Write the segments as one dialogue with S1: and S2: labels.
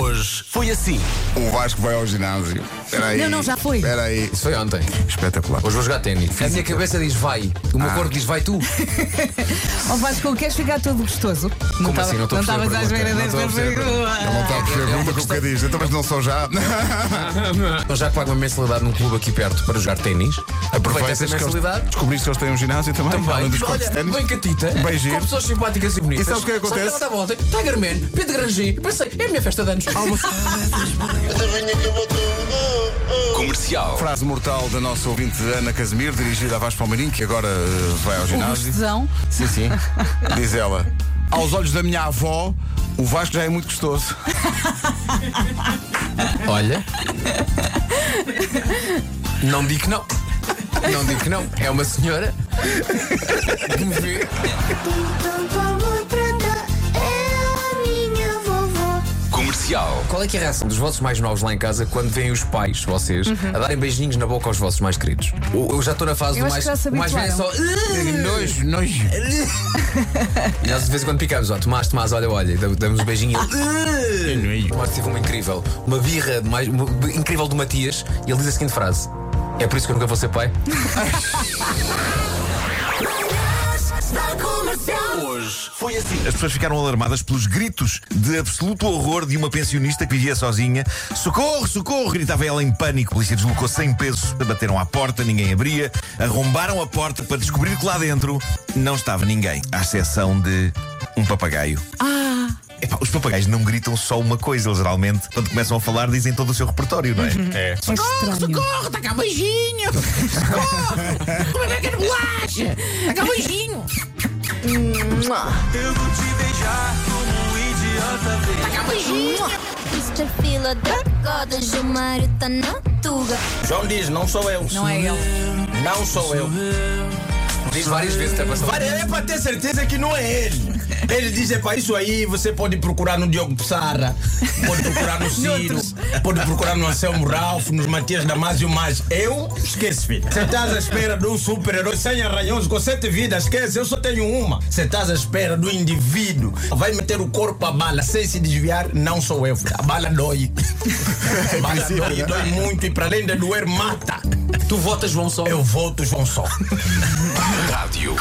S1: Hoje foi assim.
S2: O Vasco vai ao ginásio. Espera aí.
S3: Não, não, já foi.
S2: Espera aí.
S4: Isso foi ontem.
S2: Espetacular.
S4: Hoje vou jogar ténis. A minha cabeça diz vai. O
S2: Ah.
S4: meu corpo diz vai tu.
S3: Ó Vasco, queres ficar todo gostoso?
S4: Como
S3: tava-
S4: assim? Não estou a
S3: estavas à
S4: perceber a
S3: espera
S4: pergunta. Não
S3: desta
S4: estou a
S2: É
S4: perceber a
S2: Ele não
S3: pergunta.
S2: está a perceber
S4: É uma
S2: a pergunta que o
S4: questão-
S2: que diz. Então, mas não sou já.
S4: Mas Então já que pago uma mensalidade num clube aqui perto para jogar ténis, aproveita essa
S2: Aproveitas que eles,
S4: mensalidade.
S2: descobriste que eles têm um ginásio também. Além
S4: Também.
S2: dos cortes de
S4: Olha,
S2: ténis.
S4: bem catita,
S2: Bem giro.
S4: com pessoas simpáticas e bonitas.
S2: E sabes o que é que
S4: Sabe
S2: acontece?
S4: que ela estava ontem, Tiger Man, Pedro Granger, pensei, é a minha festa de anos.
S1: Comercial.
S2: Frase mortal da nossa ouvinte Ana Casimir, dirigida a Vasco Palmeirinho, que agora eh, vai ao ginásio.
S3: Gostosão.
S2: Sim, sim. Diz ela. Aos olhos da minha avó, o Vasco já é muito gostoso.
S4: Olha. Não digo que não. Não digo que não. É uma senhora. Que me vê.
S1: Comercial.
S4: Qual é que é a reação dos vossos mais novos lá em casa quando veem os pais, vocês,
S3: Uhum.
S4: a darem beijinhos na boca aos vossos mais queridos? Eu eu já estou na fase do
S3: Eu acho
S4: mais.
S3: que já se
S4: o mais velho é só.
S2: Nojo, nojo.
S4: E Nós de vez em quando picamos, ó, Tomás, Tomás, olha, olha, e dam- damos um beijinho e ele. Tomás teve uma incrível, uma birra de mais, uma, b- incrível do Matias, e ele diz a seguinte frase: É por isso que eu nunca vou ser pai?
S1: Hoje foi assim.
S5: As pessoas ficaram alarmadas pelos gritos de absoluto horror de uma pensionista que vivia sozinha. Socorro, socorro! Gritava ela em pânico. A polícia deslocou sem peso. Bateram à porta, ninguém abria. Arrombaram a porta para descobrir que lá dentro não estava ninguém, à exceção de um papagaio. Epá, os papagaios não gritam só uma coisa, eles geralmente, quando começam a falar, dizem todo o seu repertório, não é? É.
S3: É estranho.
S6: Socorro, tá cá beijinho! Socorro! Como é que é bolacha? Tá cá beijinho! Tá cá beijinho!
S7: Mr. Fila da Goda, Gilmário tá na tuga.
S8: João diz, não sou eu.
S3: Não é ele.
S8: Não sou eu.
S4: Diz várias vezes até passar.
S8: Olha, é pra ter certeza que não é ele. Ele diz, é pra isso aí, você pode procurar no Diogo Pissarra, pode procurar no Ciro, pode procurar no Anselmo Ralph, nos Matias Damasio, mas eu esquece, filho. Você estás à espera de um super-herói sem arranhões, com sete vidas, esquece, eu só tenho uma. Você estás à espera do indivíduo, vai meter o corpo à bala sem se desviar, não sou eu, filho. A bala dói. A bala dói, dói muito e para além de doer, mata.
S4: né? Tu votas, João Sol.
S8: Eu volto, João Sol.
S1: Rádio.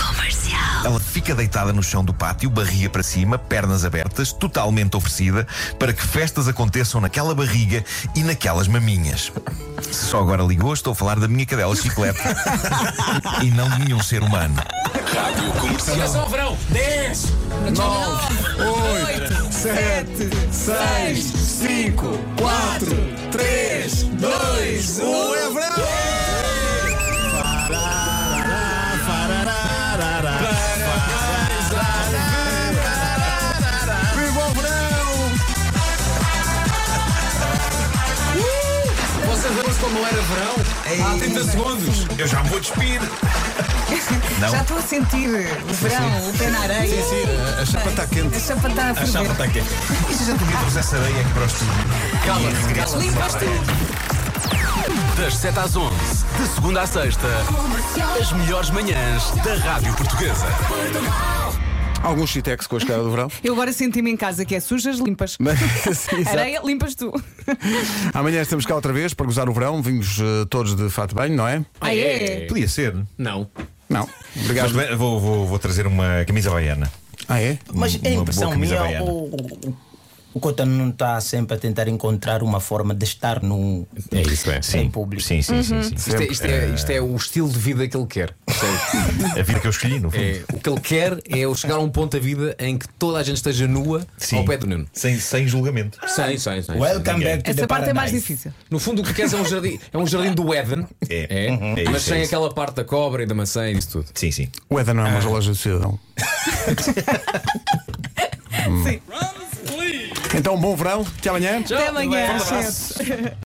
S5: Ela fica deitada no chão do pátio, barriga para cima, pernas abertas, totalmente oferecida, para que festas aconteçam naquela barriga e naquelas maminhas. Se só agora ligou, estou a falar da minha cadela chiclete e não de nenhum ser humano.
S1: Rádio Comercial.
S4: É só o verão.
S8: 10, 9,
S3: 8, 7, 6.
S8: 5, 4, 3, 2, 1. É verão!
S4: Vocês lembram-se quando não era verão? Há 30 segundos.
S5: Eu já me vou despir. Não.
S3: Já estou a sentir o verão, o pé na areia. Sim,
S2: Eh,
S3: sim, a chapa está quente. A chapa está a ferver.
S8: aqui.
S5: E se a gente podia trazer essa areia aqui para o estúdio?
S4: Calma, calma.
S3: Limpas tu.
S1: Das 7 às 11. De segunda à sexta. As melhores manhãs da Rádio Portuguesa.
S2: Alguns chitex com a chegada do verão.
S3: Eu agora senti-me em casa, que é sujas, limpas.
S2: Mas, sim, exato.
S3: Areia, limpas tu.
S2: Amanhã estamos cá outra vez para gozar o verão. Vimos eh, todos de fato bem, não é?
S3: Aí é.
S5: Podia ser.
S4: Não.
S2: Não.
S5: Mas
S2: Obrigado.
S5: bem, vou, vou- vou trazer uma camisa baiana.
S2: Ah, é?
S8: Mas
S5: Uma
S8: é
S5: boa
S8: impressão
S5: camisa
S8: minha,
S5: havaiana.
S8: o, o- o Cotano não está sempre a tentar encontrar uma forma de estar no,
S4: É isso, é.
S8: em público.
S5: Sim, sim, sim, sim, sim.
S4: Isto é, isto é- isto é o estilo de vida que ele quer. percebe?
S5: A vida que eu escolhi, no fundo.
S4: Uhum. É, o que ele quer é eu chegar a um ponto da vida em que toda a gente esteja nua
S5: Sim.
S4: ao pé do Nuno.
S5: Sem, sem julgamento.
S4: Sim, sim, sim.
S8: Welcome back to
S3: Essa
S8: the
S3: parte é mais
S8: paradise.
S3: difícil.
S4: No fundo, o que queres é um jardim, é um jardim do Éden,
S5: É. Uhum. É
S4: mas
S5: isso,
S4: sem
S5: é isso.
S4: aquela parte da cobra e da maçã e isso tudo.
S5: Sim, sim.
S2: O Eda não é uma
S5: Ah.
S2: loja do cidadão. Hum. Então, bom verão. Até amanhã.
S3: Até amanhã, chefe.